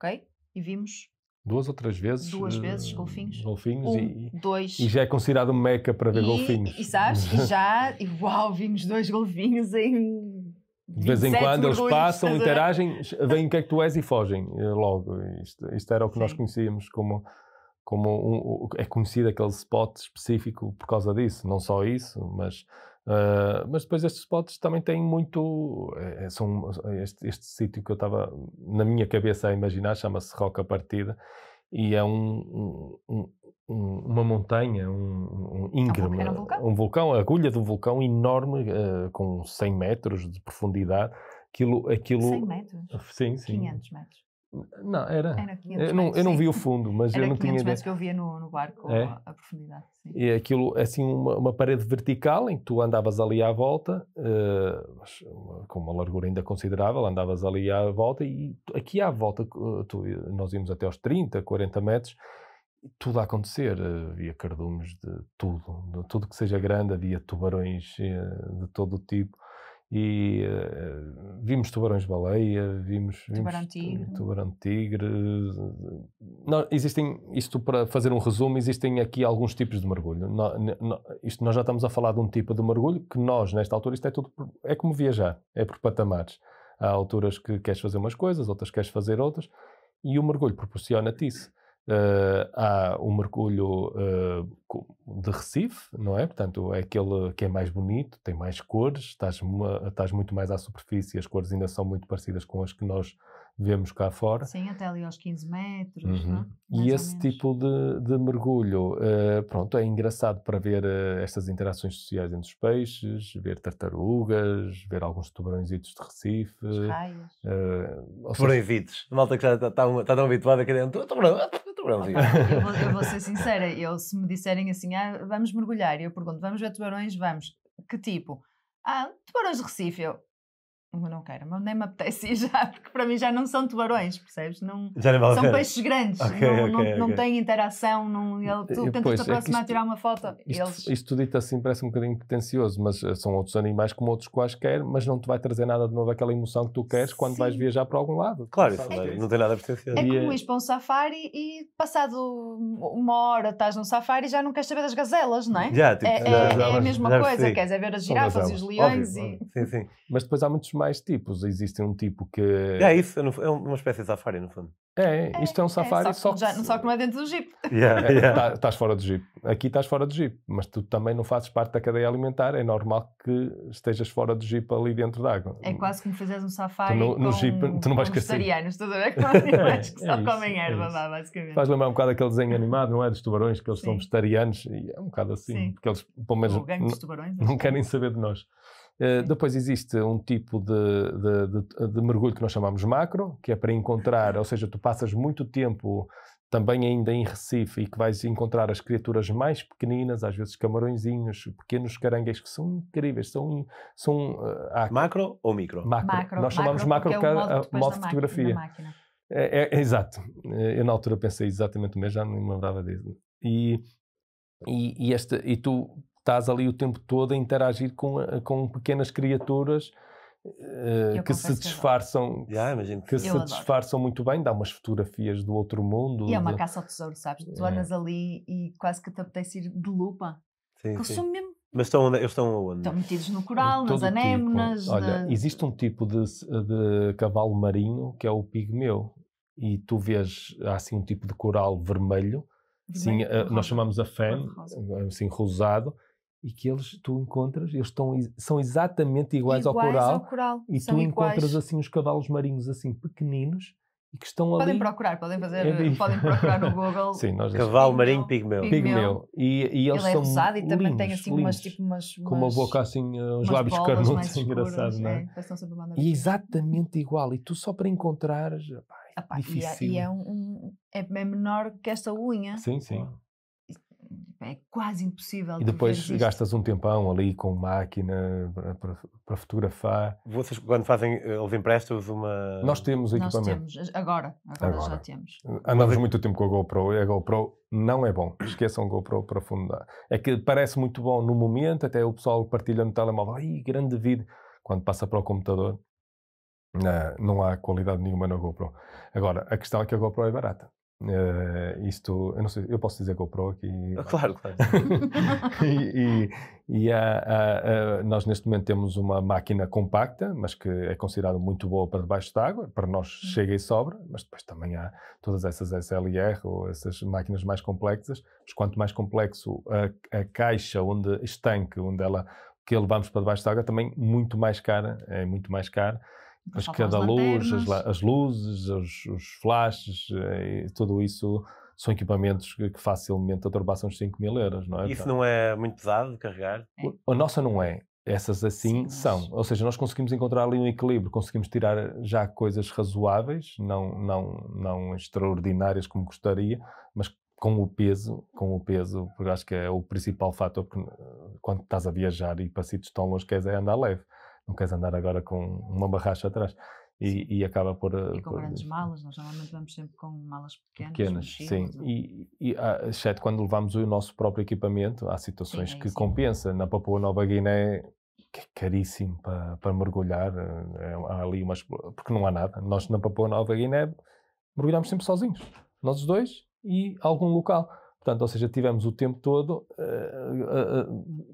C: ok? E vimos
A: Duas ou três vezes.
C: Duas
A: eh,
C: vezes golfinhos.
A: Golfinhos
C: um,
A: e,
C: dois.
A: e já é considerado meca para ver
C: e-
A: golfinhos.
C: E sabes? E já, e uau, vimos dois golfinhos em.
A: De vez em
C: 27
A: quando eles
C: mergulhos, tá
A: passam,
C: estás a ver?
A: interagem, veem o que é que tu és e fogem eh, logo. Isto, isto era o que nós
C: Sim.
A: conhecíamos como, como um- o- é conhecido aquele spot específico por causa disso. Não só isso, mas, ah, mas depois estes spots também têm muito. eh, são, este, este sítio que eu estava na minha cabeça a imaginar chama-se Roca Partida e é um- um- um- um- uma montanha, um, um íngreme,
C: era um vulcão?
A: um vulcão, a agulha de um vulcão enorme, eh, com 100 metros de profundidade. Aquilo, aquilo,
C: 100 metros,
A: Sim, sim.
C: 500 metros.
A: Não, era.
C: Era 500
A: Eu não,
C: metros,
A: eu não
C: sim.
A: vi o fundo, mas
C: Era
A: eu não
C: 500
A: tinha ideia.
C: metros que eu via no, no barco
A: É?
C: a, a profundidade. Sim.
A: E aquilo, é assim, uma, uma parede vertical em que tu andavas ali à volta, eh, mas uma- com uma largura ainda considerável, andavas ali à volta e tu- aqui à volta, eh, tu- nós íamos até aos 30, 40 metros, tudo a acontecer. eh, Havia cardumes de tudo, de tudo que seja grande, havia tubarões eh, de todo o tipo. E eh, vimos tubarões-baleia, vimos, vimos
C: Tubarão-tigre.
A: tu- tubarão-tigre. Não, existem, isto para fazer um resumo, existem aqui alguns tipos de mergulho. Nó- n- nó- isto, nós já estamos a falar de um tipo de mergulho que nós, nesta altura, isto é tudo, por- é como viajar, é por patamares. Há alturas que queres fazer umas coisas, outras queres fazer outras, e o mergulho proporciona-te isso. Eh, há o mergulho eh, co- de Recife, não é? Portanto, é aquele que é mais bonito, tem mais cores, estás, mu- estás muito mais à superfície, as cores ainda são muito parecidas com as que nós vemos cá fora.
C: Sim, até ali aos 15 metros.
A: Uhum.
C: não é? Mais
A: E
C: ou
A: esse
C: menos.
A: tipo de, de mergulho, eh, pronto, é engraçado para ver eh, estas interações sociais entre os peixes, ver tartarugas, ver alguns tubarõezitos de Recife.
C: As raias.
A: eh, ou seja,
B: Tubarõezitos. A malta que já está tá, tá tão habituada que dentro. Tubarão, ah, tubarãozinho.
C: Eu vou, eu vou ser sincera, eu, se me disserem assim, ah, vamos mergulhar, e eu pergunto, vamos ver tubarões? Vamos. Que tipo? Ah, tubarões de Recife. Eu, eu não quero, mas nem me apetece ir já, porque para mim já não são tubarões, percebes? Não,
B: Já nem vale a
C: são
B: pena.
C: peixes grandes,
B: Ok,
C: não, não,
B: ok,
C: não
B: ok.
C: têm interação, não, ele,
A: E,
C: tu tentas
A: pois,
C: te
A: é que
C: aproximar,
A: isto-
C: tirar uma foto.
A: Isto,
C: eles, é
A: isto dito assim parece um bocadinho pretencioso, mas eh, são outros animais como outros quaisquer, mas não te vai trazer nada de novo aquela emoção que tu queres quando vais
C: Sim.
A: viajar para algum lado.
B: Claro, isso é
A: Sabes
B: não,
A: que-
B: não tem nada a pretencioso.
C: É
A: E
C: como
A: é-
C: ires para um safari e passado uma hora estás num safari e já não queres saber das gazelas, não é?
B: Já, tipo,
C: É,
B: já-
C: é-
B: já-
C: é a mesma
B: já
C: coisa,
B: percebi.
C: queres é ver as
A: São
C: girafas e
A: gazelas,
C: os leões
B: Óbvio,
C: e.
B: óbvio. Sim, sim.
A: Mas depois há muitos mais tipos. Existe um tipo que.
B: É isso, é no- é uma espécie de safari, no fundo.
A: É, isto é um safari
C: é,
A: só,
C: que
A: que.
C: já-
A: se-
C: só que não é dentro do jeep.
B: Yeah,
A: É,
B: yeah.
A: tá- Estás fora do Jeep. Aqui estás fora do Jeep, mas tu também não fazes parte da cadeia alimentar. É normal que estejas fora do Jeep ali dentro da água.
C: É quase como fizeres um safari
A: Tu no- no
C: com,
A: Jeep, tu não vais
C: com
A: crescer.
C: vegetarianos, estás a ver? Com animais que
A: É
C: só
A: isso,
C: comem
A: é
C: erva,
A: isso.
C: vá, basicamente.
A: Faz lembrar um bocado aquele desenho animado, não é? Dos tubarões, que eles são
C: Sim.
A: vegetarianos. E é um bocado assim,
C: Sim.
A: porque eles, pelo menos.
C: o gangue
A: n-
C: dos tubarões. assim.
A: não
C: acho.
A: querem saber de nós. Eh,
C: Sim.
A: depois existe um tipo de, de- de- de mergulho que nós chamamos macro, que é para encontrar, ou seja, tu passas muito tempo também ainda em Recife e que vais encontrar as criaturas mais pequeninas, às vezes camarõezinhos, pequenos caranguejos que são incríveis, são, são eh, há
B: Macro ou micro?
A: macro.
C: Macro,
A: Nós chamamos macro porque
C: porque é o modo,
A: há- há
C: depois
A: modo
C: da máquina- da
A: fotografia.
C: máquina.
A: É, é- é exato. Eh, Eu na altura pensei exatamente o mesmo, já não me lembrava disso. E, e, e esta, e tu estás ali o tempo todo a interagir com, a- com pequenas criaturas eh,
C: Eu
A: que se
C: confesso que
A: disfarçam.
B: Yeah, imagino
A: Que
B: que
A: se
C: adoro.
A: disfarçam muito bem, dá umas fotografias do outro mundo.
C: E é uma
A: de-
C: caça ao tesouro, sabes? Tu
A: É.
C: andas ali e quase que te apetece ir de lupa.
B: sim,
C: Porque
B: sim.
C: eles são mesmo
B: Mas estão onde? Eles estão aonde?
C: Estão metidos no
A: de
C: coral,
A: todo
C: nas
A: tipo.
C: anémonas.
A: Olha,
C: na-
A: existe um tipo de, s- de cavalo marinho que é o pigmeu. E tu vês, há assim um tipo de coral vermelho Sim,
C: vermelho,
A: eh,
C: rosa.
A: nós chamamos a fan,
C: cor-de-rosa.
A: assim, rosado, e que eles, tu encontras, eles estão, i- são exatamente iguais, ao coral, e
C: são
A: tu
C: iguais.
A: encontras assim os cavalos marinhos, assim, pequeninos, e que estão
C: Podem
A: ali...
C: procurar, podem fazer, eh,
A: É de-
C: podem procurar no Google.
A: Sim, nós deixamos.
B: Cavalo
C: Pigmeu.
B: marinho pigmeu.
C: Pig-
A: Pigmeu. E, e eles
C: Ele é
A: são
C: rosado e também tem
A: lindos,
C: assim umas,
A: lindos,
C: tipo, umas,
A: Com uma
C: umas-
A: boca assim, eh, uns
C: umas
A: lábios
C: bolas mais
A: carnudos,
C: escuras, né?
A: engraçado, não é?
C: parece que estão sempre a mandar
A: E
C: vir.
A: exatamente igual, e tu só para encontrares... pá, é
C: Ah pá, e é,
A: difícil.
C: e é um, um- é, é menor que esta unha.
A: Sim, sim.
C: É quase impossível.
A: E
C: de
A: depois
C: veres isto.
A: gastas um tempão ali com máquina para- para para fotografar.
B: Vocês, quando fazem, eh, eles emprestam-vos uma.
A: Nós temos o
C: Nós
A: equipamento.
C: temos, agora, agora, já
A: Agora.
C: temos.
A: Andamos
B: Mas é-
A: muito tempo com a GoPro e a GoPro não é bom. Esqueçam a GoPro para fundar. É que parece muito bom no momento, até o pessoal partilha no telemóvel. Ai, grande vídeo. Quando passa para o computador, na- não há qualidade nenhuma na GoPro. Agora, a questão é que a GoPro é barata. Eh, isto, eu não sei, eu posso dizer GoPro aqui.
B: Ah, Claro, claro.
A: e e- e há- há- há- nós neste momento temos uma máquina compacta, mas que é considerada muito boa para debaixo d'água, para nós
C: Hum.
A: chega e sobra, mas depois também há todas essas SLR ou essas máquinas mais complexas, mas quanto mais complexo a, a caixa onde estanque, onde ela que a levamos para debaixo d'água, também muito mais cara, é muito mais cara. Mas
C: Faltam as
A: cada luz, as,
C: lanternas.
A: la- as luzes, os, os flashes, eh, tudo isso são equipamentos que, que facilmente atorbaçam os 5 mil euros, não é?
B: Isso não é muito pesado de carregar?
A: O- A nossa não é. Essas assim
C: Sim, mas-
A: são. Ou seja, nós conseguimos encontrar ali um equilíbrio, conseguimos tirar eh, já coisas razoáveis, não, não, não extraordinárias como gostaria, mas com o peso, com o peso, porque acho que é o principal fator, porque eh, quando estás a viajar e para sítios tão longe queres é andar leve, não queres andar agora com uma barracha atrás. E, e acaba por. eh,
C: E com
A: por-
C: grandes malas, nós normalmente vamos sempre com malas pequenas. é?
A: pequenas, sim.
C: mochilas, ou-
A: E, e há- exceto quando levamos o nosso próprio equipamento, há situações
C: Sim, aí
A: que
C: sim.
A: compensa. Na Papua Nova Guiné, que é caríssimo para, para mergulhar, eh, há ali umas. porque não há nada. Nós na Papua Nova Guiné mergulhamos sempre sozinhos, nós os dois e algum local. Portanto, ou seja, tivemos o tempo todo eh, eh, eh,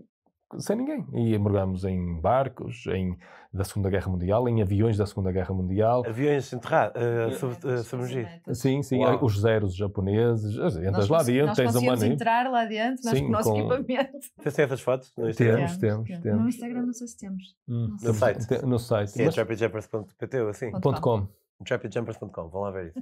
A: sem ninguém. E mergulhámos em barcos, em, da Segunda Guerra Mundial, em aviões da Segunda Guerra Mundial.
B: Aviões enterrados, uh, sub,
C: Netas,
B: uh, submergidos.
C: caçanetas.
A: Sim, sim, é,
B: Uau.
A: os zeros japoneses, entras
C: Nós
A: lá
C: consegui-
A: adiante,
C: nós
A: tens uma
C: conseguimos
A: nem-
C: entrar lá adiante, mas
A: Sim,
C: com o nosso
A: com-
C: equipamento.
B: Tens essas fotos? no Instagram?
A: Temos, temos, temos.
C: No Instagram não sei se temos.
A: Hum,
C: No
A: temos-
B: site.
A: te- No site.
B: Sim, é
A: mas-
B: trappedjumpers.pt ou assim.
A: ponto com.
B: trappedjumpers.com, vão lá ver isso.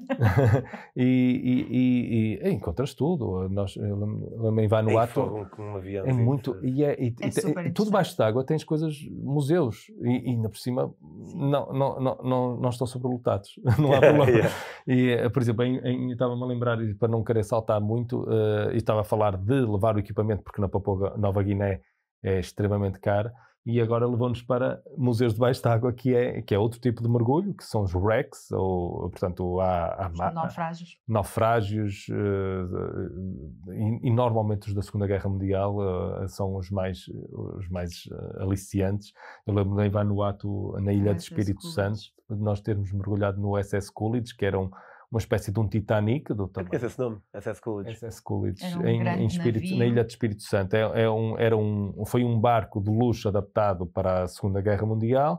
A: E, e- e- e encontras tudo. Nós, eu lembro- lembro-me em
B: Ei,
A: Vanuatu.
B: fogo, com um avião.
A: É muito. E é, e-
C: É
A: e te-
C: super
A: tudo
C: interessante.
A: baixo d'água tens coisas, museus. E, e ainda por cima não, não, não, não, não estão sobrelotados. Não há problema. E, eh, por exemplo, em, em, eu estava-me a lembrar, e para não querer saltar muito, eh, eu estava a falar de levar o equipamento, porque na Papua Nova Guiné é extremamente caro, e agora levou-nos para museus debaixo d'água, que é, que é outro tipo de mergulho, que são os wrecks, ou, portanto, há, há,
C: Os
A: Ah, ma-
C: naufrágios.
A: naufrágios, eh, e, e normalmente os da Segunda Guerra Mundial eh, são os mais, os mais eh, aliciantes. Eu lembro em Vanuatu, na Ilha de
C: SS
A: Espírito Santo,
C: Coolidge.
A: de nós termos mergulhado no SS Coolidge, que era um- uma espécie de um Titanic do
B: Eu
A: tamanho.
B: conheço esse nome, SS Coolidge.
A: SS Coolidge,
C: Era um
A: é em,
C: grande
A: em Espírito, na
C: navio.
A: Ilha de Espírito Santo. É, é um, era um, foi um barco de luxo adaptado para a Segunda Guerra Mundial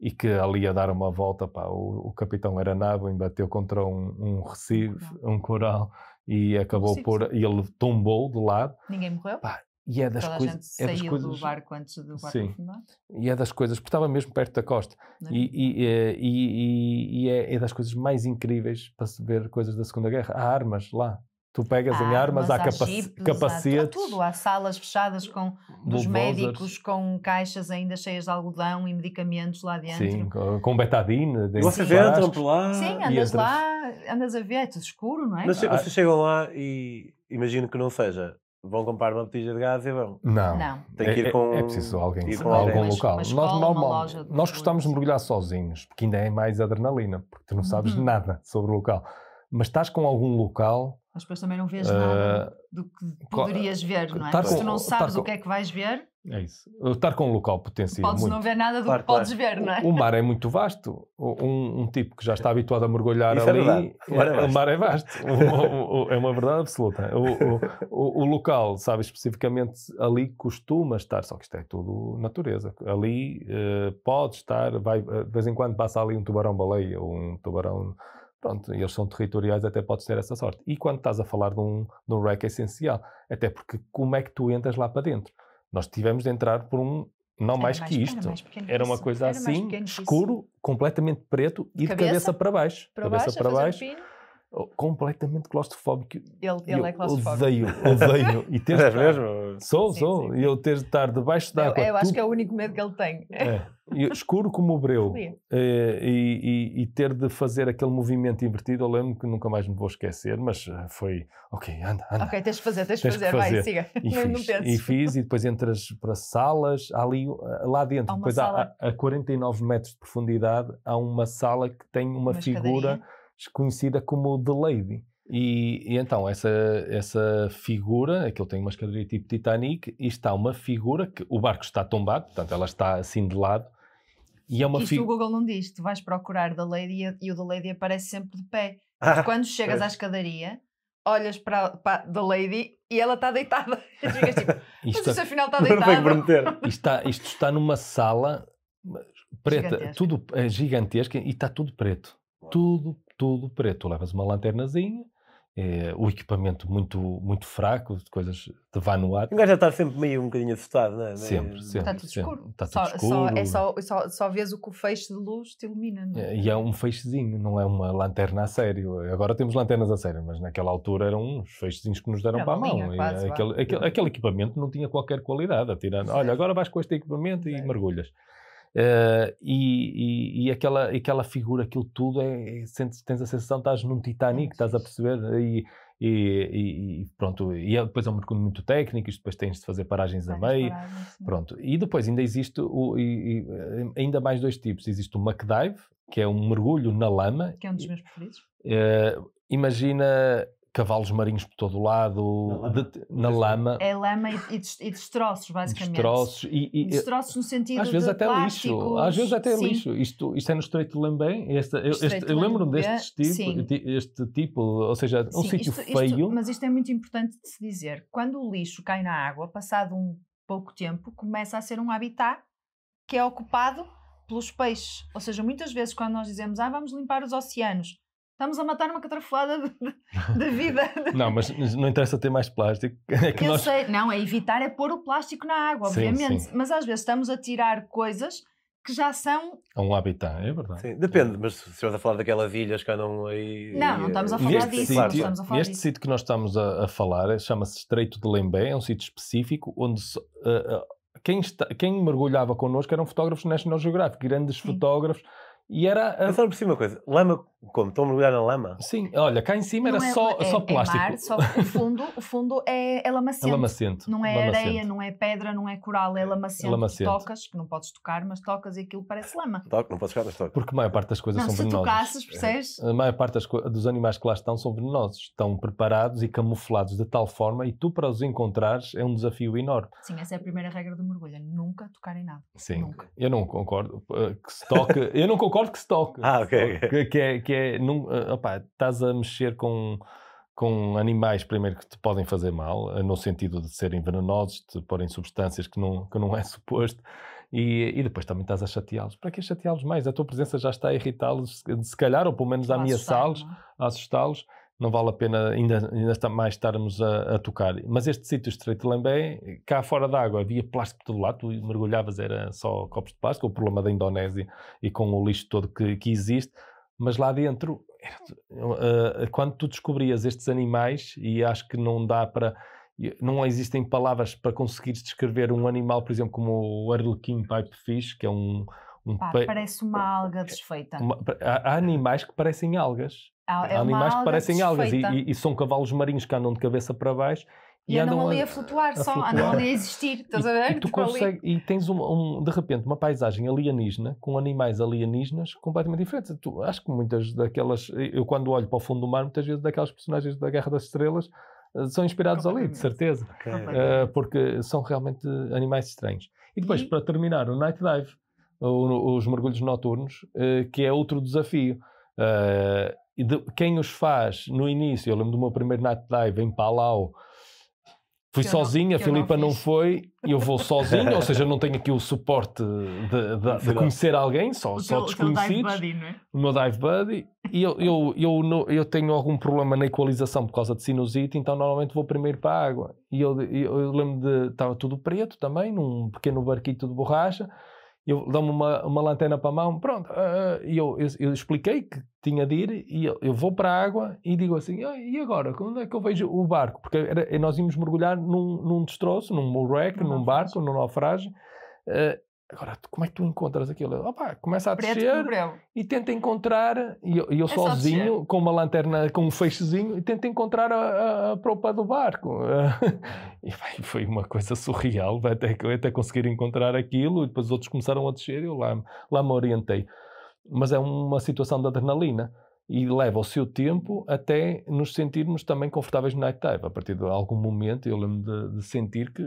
A: e que ali a dar uma volta, pá, o, o capitão era nabo, embateu contra um, um recife, um coral, e acabou
C: Um recife,
A: por. E ele tombou de lado.
C: Ninguém morreu.
A: Pá, E é das,
C: Toda a
A: coisa-
C: gente
A: é das
C: saiu
A: coisas.
C: do barco antes do barco
A: Sim.
C: afundar.
A: E é das coisas. Porque estava mesmo perto da costa.
C: né?
A: E, e, eh, e- e- e é, é das coisas mais incríveis para se ver coisas da Segunda Guerra. Há armas lá. Tu pegas em armas, há, capa
C: jipes, há
A: capacetes.
C: tudo. Há salas fechadas com,
A: bulldozers.
C: dos médicos com caixas ainda cheias de algodão e medicamentos lá dentro.
A: Sim, com- com betadine. dentro
B: Vocês
A: de frascos.
B: entram por lá.
C: Sim,
A: e
C: andas
A: entras.
C: lá, andas a ver, é tudo escuro, não é?
B: Mas che-
A: Ah.
B: vocês chegam lá e imagino que não seja. Vão comprar uma botija de gás e vão.
A: Não.
C: Não.
B: Tem que ir
A: É- é-
B: com- um-
A: é preciso alguém,
B: ir
A: com
B: com
A: algum
B: alguém.
C: Mas-
A: local.
C: uma
A: Nós,
C: escola, uma
A: normal-
C: loja de
A: nós gostamos de
C: mergulho.
A: mergulhar sozinhos, porque ainda é mais adrenalina, porque tu não sabes
C: Uhum.
A: nada sobre o local. Mas estás com algum local.
C: Mas depois também não vês
A: eh,
C: nada do que poderias ver, não é?
A: tar tá
C: Porque
A: com-
C: tu não
A: tar
C: sabes
A: com-
C: o que é que vais ver,
A: é isso. Estar com um local potencia
C: podes
A: muito.
C: não ver nada do
B: Claro,
C: que podes ver, não é?
A: O- O mar é muito vasto. O- Um, um tipo que já está habituado a mergulhar
B: Isso é
A: ali.
B: verdade. O mar é
A: o
B: vasto.
A: mar é vasto. O- o- o- é uma verdade absoluta. O, o- o- o local, sabe, especificamente ali costuma estar, só que isto é tudo natureza. Ali eh, pode estar, vai, eh, de vez em quando passa ali um tubarão-baleia ou um tubarão. Pronto, eles são territoriais, até podes ter essa sorte. E quando estás a falar de um, de um wreck é essencial, até porque como é que tu entras lá para dentro? Nós tivemos de entrar por um, não
C: Era
A: mais, que
C: era
A: isto,
C: mais pequeno que
A: era uma
C: isso,
A: coisa
C: era mais
A: assim,
C: pequeno que isso.
A: escuro, completamente preto e de cabeça,
C: Cabeça
A: para baixo.
C: Para
A: cabeça
C: baixo, a
A: para
C: fazer o
A: baixo.
C: pino.
A: Oh, Completamente claustrofóbico.
C: Ele,
A: Eu
C: ele é claustrofóbico.
A: Odeio, odeio. E ter de
B: É
A: estar-
B: mesmo?
A: Sou,
C: Sim,
A: sou.
C: sim.
A: E eu ter de estar debaixo da
C: Eu,
A: água.
C: eu acho
A: tu-
C: que é o único medo que ele tem.
A: é. E escuro como o breu
C: Fobia.
A: eh, e, e- e ter de fazer aquele movimento invertido, eu lembro que nunca mais me vou esquecer, mas eh, foi ok, anda, anda.
C: Ok, tens de fazer, tens de
A: Ah, Tens que
C: fazer,
A: fazer.
C: vai, siga.
A: E
C: Não- não
A: fiz, e
C: penses.
A: fiz, e depois entras para salas, há ali, uh, lá dentro,
C: Há uma
A: depois há,
C: sala-
A: a 49 metros de profundidade, há uma sala que tem uma,
C: Uma
A: figura conhecida como The Lady. E, e então, essa, essa figura, aquilo tem uma escadaria tipo Titanic, e está uma figura que o barco está tombado, portanto, ela está assim de lado, e é uma
C: Isto o
A: figura.
C: Google não diz, tu vais procurar da Lady e- e o da Lady aparece sempre de pé.
B: Ah,
C: Quando chegas à escadaria, olhas para para a da Lady e ela está deitada. E ficas tipo, mas
A: Isto, é
C: isso afinal está
B: não foi que
C: deitada.
B: prometer.
A: isto está, isto está numa sala preta,
C: Gigantesca.
A: tudo é gigantesca, e está tudo preto. tudo, tudo preto. Tu levas uma lanternazinha, eh, eh, o equipamento muito, muito fraco, de coisas de Vanuatu.
B: Um gajo deve estar sempre meio um bocadinho assustado, não é?
A: Sempre, sempre.
C: Está tudo
A: sempre.
C: escuro.
A: é- Está tudo
C: só,
A: escuro.
C: Só, é só, só, só vês o que o feixe de luz te ilumina. Não? é?
A: E é um feixezinho, não é uma lanterna a sério. Agora temos lanternas a sério, mas naquela altura eram uns feixezinhos que nos deram
C: Era
A: para a
C: uma
A: mão.
C: linha,
A: E
C: quase, vá. é.
A: aquele, aquele, aquele equipamento não tinha qualquer qualidade. Tirando, olha, agora vais com este equipamento e
C: Certo.
A: mergulhas. Eh, e, e- e aquela, aquela figura, aquilo tudo, é, é- sentes- tens a sensação que estás num Titanic, estás a perceber? E, e- e- e pronto, e é- depois é um mergulho muito técnico, isto depois tens de fazer paragens a
C: Várias
A: meio,
C: paradas, sim.
A: Pronto. E depois ainda existe o, e- e, eh, ainda mais dois tipos. Existe o McDive, que é um mergulho na lama.
C: Que é um dos meus preferidos.
A: Eh, imagina cavalos marinhos por todo o
B: Na
A: lado,
B: lama?
A: de- na lama,
C: É lama e, e des- e destroços, basicamente.
A: destroços. E, e-
C: Destroços no sentido
A: às vezes
C: de
A: até lixo,
C: plásticos,
A: às vezes até
C: sim.
A: lixo. Isto, isto é no Estreito de Lembé. Este, eu- este-
C: Estreito de
A: eu lembro me
C: Lembé,
A: deste tipo,
C: sim.
A: ti- este tipo, ou seja, um
C: Sim,
A: sítio
C: isto- isto-
A: feio.
C: mas isto é muito importante de se dizer. Quando o lixo cai na água, passado um pouco tempo, começa a ser um habitat que é ocupado pelos peixes. Ou seja, muitas vezes quando nós dizemos, ah, vamos limpar os oceanos, estamos a matar uma catrafolada de, de- de vida.
A: Não, mas não interessa ter mais plástico. É que
C: Eu
A: nós
C: sei, não, é evitar é pôr o plástico na água,
A: Sim,
C: obviamente.
A: sim.
C: Mas às vezes estamos a tirar coisas que já são.
A: é um habitat, é verdade.
B: Sim, depende, mas se estivermos a falar daquelas ilhas que andam aí. eh,
C: Não, não estamos a falar
A: Neste
C: disso,
A: sítio,
C: não estamos a falar
A: neste
C: disso.
A: sítio que nós estamos a, a falar eh, chama-se Estreito de Lembé, é um sítio específico onde se- ah, ah, quem, está- quem mergulhava connosco eram fotógrafos National Geographic, grandes
C: Sim.
A: fotógrafos, e era.
B: Eu
A: ah,
B: só por cima uma coisa. Lama, como? Estão a mergulhar na lama?
A: sim, olha, cá em cima era
C: não é-
A: só,
C: é-
A: só
C: é
A: plástico.
C: mar, só- o fundo, o fundo é, é
A: É
C: lamacento.
A: lamacento.
C: Não é
A: lamacento.
C: areia, não é pedra, não é coral, é lamacento.
A: Lamacento.
C: Tocas, que não podes tocar, mas tocas e aquilo parece lama.
B: Toque, não posso chegar, mas toque.
A: Porque a maior parte das coisas
C: Não,
A: são
C: se
A: venenosas.
C: tocasses, percebes?
A: A maior parte das co- dos animais que lá estão são venenosos. Estão preparados e camuflados de tal forma, e tu para os encontrares é um desafio enorme.
C: Sim, essa é a primeira regra do mergulho, é nunca tocar em nada.
A: Sim,
C: Nunca.
A: eu não concordo eh, que se toque. eu não concordo que se toque.
B: Ah, ok, ok.
A: Que, que é, que é num, eh, opá, estás a mexer com, com animais, primeiro, que te podem fazer mal, eh, no sentido de serem venenosos, de porem substâncias que não, que não é suposto, e, e depois também estás a chateá-los. Para que chateá-los mais? A tua presença já está a irritá-los, se- se calhar, ou pelo menos a
C: Lá
A: ameaçá-los,
C: assustar, não é?
A: a assustá-los. Não vale a pena ainda, ainda está- mais estarmos a, a tocar. Mas este sítio estreito de Lambé, cá fora da água havia plástico de todo lado, tu mergulhavas, era só copos de plástico, o problema da Indonésia e com o lixo todo que, que existe, mas lá dentro, era tu- eh, quando tu descobrias estes animais, e acho que não dá para. Não existem palavras para conseguires descrever um animal, por exemplo, como o Arlequim Pipefish, que é um. um
C: Pá,
A: pe-
C: parece uma alga desfeita.
A: é, uma- há, há animais que parecem algas.
C: Há- é
A: há
C: uma
A: animais que
C: alga
A: parecem algas e,
C: desfeita.
A: e- e são cavalos marinhos que andam de cabeça para baixo
C: E, andam ali a, flutuar só,
A: flutuar.
C: andam ali a existir, estás a ver?
A: e, e tu
C: Tipo ali.
A: consegue, e tens um, um- de repente uma paisagem alienígena com animais alienígenas completamente diferentes. Tu, acho que muitas daquelas, eu quando olho para o fundo do mar, muitas vezes daquelas personagens da Guerra das Estrelas eh, são inspirados ali, de
C: Completamente.
A: certeza,
B: Ok.
C: Completamente.
A: Eh, porque são realmente animais estranhos. E depois,
C: E-
A: para terminar, o night dive, o- os mergulhos noturnos, eh, que é outro desafio. Eh, e de- quem os faz no início, eu lembro do meu primeiro night dive em Palau, fui
C: Que eu não-
A: sozinho, a
C: que eu não
A: Filipa não,
C: fiz.
A: foi, eu vou sozinho, ou seja, eu não tenho aqui o suporte de, de- de
B: Sim, não.
A: conhecer alguém, só,
C: O
A: só
C: teu- o teu dive
A: desconhecidos
C: buddy, não é?
A: o meu dive buddy e eu, eu, eu, não- eu tenho algum problema na equalização por causa de sinusite, então normalmente vou primeiro para a água. E eu, eu, eu lembro de. Estava tudo preto também, num pequeno barquito de borracha. Eu dou-me uma, uma lanterna para a mão, pronto. ah, ah, E eu, eu, eu expliquei que tinha de ir, e eu, eu vou para a água e digo assim: "Ah, e agora? Quando é que eu vejo o barco? Porque era- é, nós íamos mergulhar num, num destroço, num wreck,
C: Num
A: num, barco, num naufrágio. Ah, agora, tu- como é que tu encontras aquilo? Eu, Opa, começa a
C: Preto
A: descer
C: com breu.
A: e tenta encontrar, e eu, e eu
C: só
A: sozinho, com uma lanterna, com um feixezinho, e tenta encontrar a, a, a propa do barco. E vai, foi uma coisa surreal, vai, até, até conseguir encontrar aquilo, e depois os outros começaram a descer, e eu lá, lá me orientei. Mas é uma situação de adrenalina, e leva o seu tempo até nos sentirmos também confortáveis no night dive. A partir de algum momento, eu lembro de, de sentir que,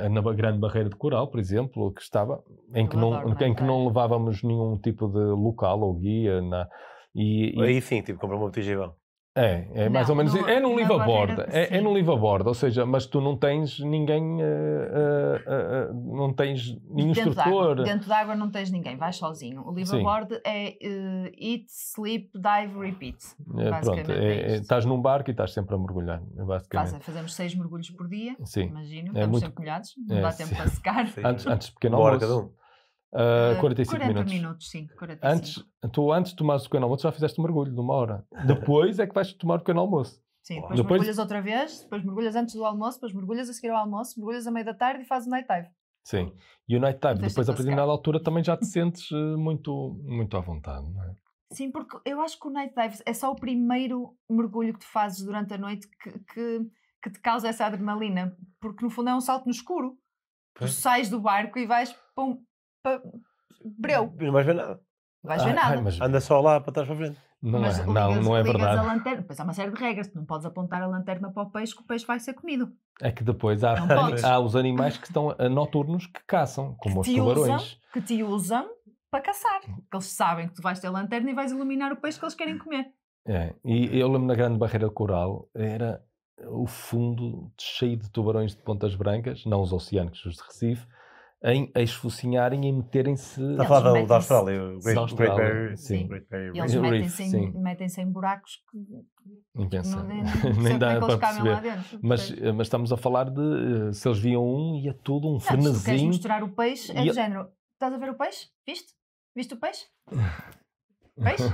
A: eh, na ba- grande barreira de coral, por exemplo, que estava, em
C: Eu
A: que, não,
C: adoro
A: em
C: night
A: que não levávamos nenhum tipo de local ou guia, na, e, e-
B: Aí sim, tipo, comprar uma botijão.
A: É, é mais
C: Não,
A: ou menos.
C: no-
A: isso. é num
C: na
A: livro a
C: barreira
A: borda.
C: de
A: É, é
C: si.
A: num livro a borda, ou seja, mas tu não tens ninguém. eh, eh, eh, eh, não tens nenhum
C: Dentro da água.
A: um instrutor. eh,
C: Dentro da água não tens ninguém, vais sozinho. O livro
A: Sim.
C: a bordo é eh, Eat, Sleep, Dive, Repeat.
A: É,
C: Basicamente
A: pronto,
C: é
A: é- é-
C: isto.
A: estás num barco e estás sempre a mergulhar, basicamente.
C: Faz- Fazemos seis mergulhos por dia,
A: Sim. É
C: imagino. Estamos
A: muito-
C: sempre molhados, não
A: é,
C: dá
A: sim.
C: tempo para secar.
B: Sim.
A: Antes, antes do pequeno
B: Uma hora
A: almoço.
B: cada um.
A: ah,
C: Eh,
A: 45
C: 40
A: minutos.
C: sim. 45.
A: Antes, tu antes de tomares o pequeno almoço já fizeste um mergulho de uma hora. Depois é que vais tomar o pequeno almoço.
C: Sim,
B: Uau.
C: depois,
A: Depois-
C: mergulhas outra vez, depois mergulhas antes do almoço, depois mergulhas a seguir ao almoço, mergulhas a meio da tarde e fazes o night dive.
A: Sim. E o night time,
C: Tens
A: depois
C: de
A: a partir de determinada altura também já te sentes eh, muito, muito à vontade, não é?
C: Sim, porque eu acho que o night dive é só o primeiro mergulho que tu fazes durante a noite que, que, que te causa essa adrenalina, porque no fundo é um salto no escuro. Tu
B: Pois.
C: sais do barco e vais para um. Para, breu,
B: Não vais ver nada.
C: não vais ver
A: Ai,
C: nada.
A: Ah, ai, mas
B: Anda só lá para trás para frente.
A: não,
C: Mas
A: é,
C: ligas-
A: não, não é
C: ligas
A: verdade.
C: A lanterna, depois há uma série de regras, tu não podes apontar a lanterna para o peixe que o peixe vai ser comido.
A: É que depois há,
C: Não podes.
A: há os animais que estão eh, noturnos que caçam, como os
C: te
A: tubarões.
C: Que te usam para caçar. Que eles sabem que tu vais ter lanterna e vais iluminar o peixe que eles querem comer.
A: É, e eu lembro na Grande Barreira Coral, era o fundo cheio de tubarões de pontas brancas, não os oceânicos, os de Recife, em, a esfocinharem e meterem-se.
B: Está a falar da- da,
C: metem-se-
B: Austrália. O Great,
A: Da Austrália,
B: Great Barrier-
A: sim.
B: Great Barrier
C: E
B: Reef.
C: eles
A: Reef,
C: metem-se em,
A: sim.
C: metem-se em buracos que não- é
A: Impensa.
C: nem, nem dá para perceber. Lá dentro,
A: Mas, eh,
C: percebes?
A: mas estamos a falar de eh, se eles viam um, ia tudo um
C: Não, se tu queres
A: frenesim.
C: misturar o peixe, é
A: E
C: do
A: eu-
C: género. Estás a ver o peixe? Viste? Viste o peixe? Peixe?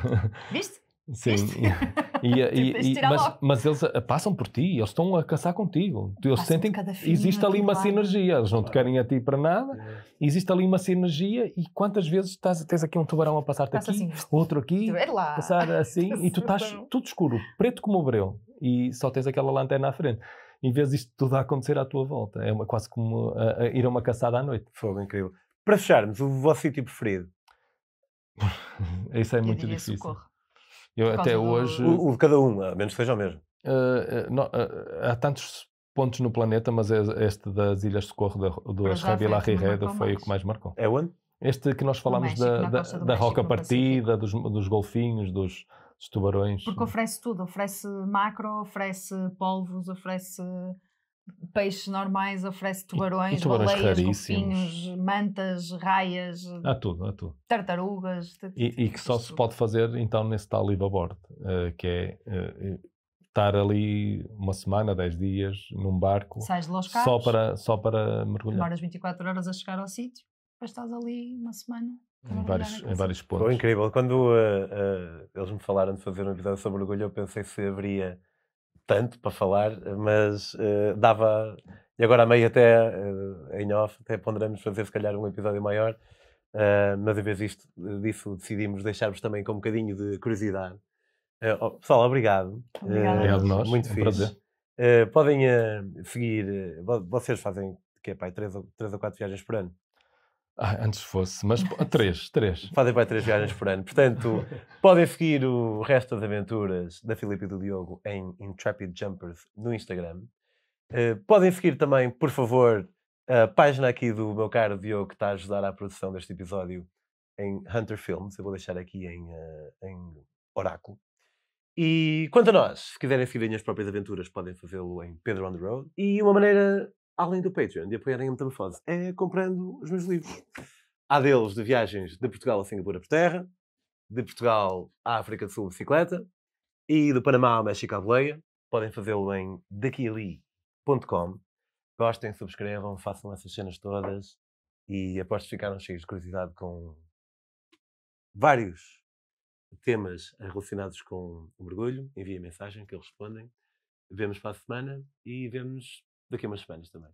C: Viste?
A: Sim.
C: Viste?
A: E, e-
C: Tipo, tens de
A: e-
C: tirar
A: mas,
C: logo.
A: mas eles eh, passam por ti, eles estão a caçar contigo. Tu- Eles
C: Passam
A: sentem
C: de
A: que
C: cada fininho
A: existe ali
C: aqui
A: uma
C: lá.
A: sinergia. Eles não te querem a ti para nada. Existe ali uma sinergia e quantas vezes estás, tens aqui um tubarão a passar-te
C: Passa
A: aqui,
C: assim.
A: outro aqui,
C: É lá.
A: passar assim e tu estás
C: Tubarão.
A: tudo escuro, preto como o breu e só tens aquela lanterna à frente. Em vez disto tudo a acontecer à tua volta. É uma, quase como a- a ir a uma caçada à noite.
B: Fogo incrível. Para fecharmos, o vosso sítio preferido?
A: Isso é
C: Uhum. Eu
A: muito
C: diria
A: difícil.
C: socorro.
A: Eu
C: Por
A: até
C: causa do-
A: hoje.
B: O, o de cada um, a menos que seja o mesmo.
A: eh, eh, no- eh, há tantos pontos no planeta, mas é- este das Ilhas de Socorro da, do
C: Para já
A: Oscar
C: foi
A: de la
C: o que me
A: Rijeda
C: marcou
A: foi o
C: mais.
A: que mais marcou.
B: É onde?
A: Este que nós falámos
C: México,
A: da,
C: na
A: da,
C: costa do
A: da roca
C: México, no
A: partida, dos, dos golfinhos, dos, dos tubarões. hum,
C: Porque oferece tudo, oferece macro, oferece polvos, oferece peixes normais, oferece tubarões,
A: tubarões
C: baleias,
A: raríssimos.
C: golfinhos, mantas, raias,
A: Há tudo, há tudo.
C: tartarugas. t-
A: E, e que só se pode fazer então nesse tal live aboard, eh, que é eh, estar ali uma semana, 10 dias, num barco,
C: Sais de Los Cabos,
A: só para, só para mergulhar
C: demoras 24 horas a chegar ao sítio, depois estás ali uma semana. a
A: em
C: mergulhar
A: vários,
C: naquele
A: em vários
B: Foi
A: pontos.
B: incrível. Quando ah, ah, eles me falaram de fazer um episódio sobre orgulho, eu pensei se haveria tanto para falar, mas ah, dava. E agora a meio até ah, em off, até ponderamos fazer se calhar um episódio maior, ah, mas em vez disto, disso decidimos deixar-vos também com um bocadinho de curiosidade. Ah, oh, pessoal, obrigado.
C: Obrigada.
B: Ah,
A: Obrigado nós,
B: Muito
A: é um
B: fixe.
A: prazer.
B: Ah, podem ah, seguir, ah, vo- vocês fazem que é, pai, três ou, três ou quatro viagens por ano.
A: Ah, antes fosse, mas pô, três, três.
B: Fazem para aí três viagens por ano. Portanto, podem seguir o resto das aventuras da Filipe e do Diogo em Intrepid Jumpers no Instagram. Eh, podem seguir também, por favor, a página aqui do meu caro Diogo que está a ajudar à produção deste episódio em Hunter Films. Eu vou deixar aqui em, eh, em Oráculo. E quanto a nós, se quiserem seguir as minhas próprias aventuras, podem fazê-lo em Pedro on the Road. E uma maneira, além do Patreon, de apoiarem a Metamorfose é comprando os meus livros. Há deles de viagens de Portugal a Singapura por terra, de Portugal à África do Sul de bicicleta e do Panamá ao México à boleia. Podem fazê-lo em daquiali.com. Gostem, subscrevam, façam essas cenas todas e aposto que ficaram cheios de curiosidade com vários temas relacionados com o mergulho. Enviem mensagem que eles respondem. Vemos para a semana e vemos daqui a umas semanas também.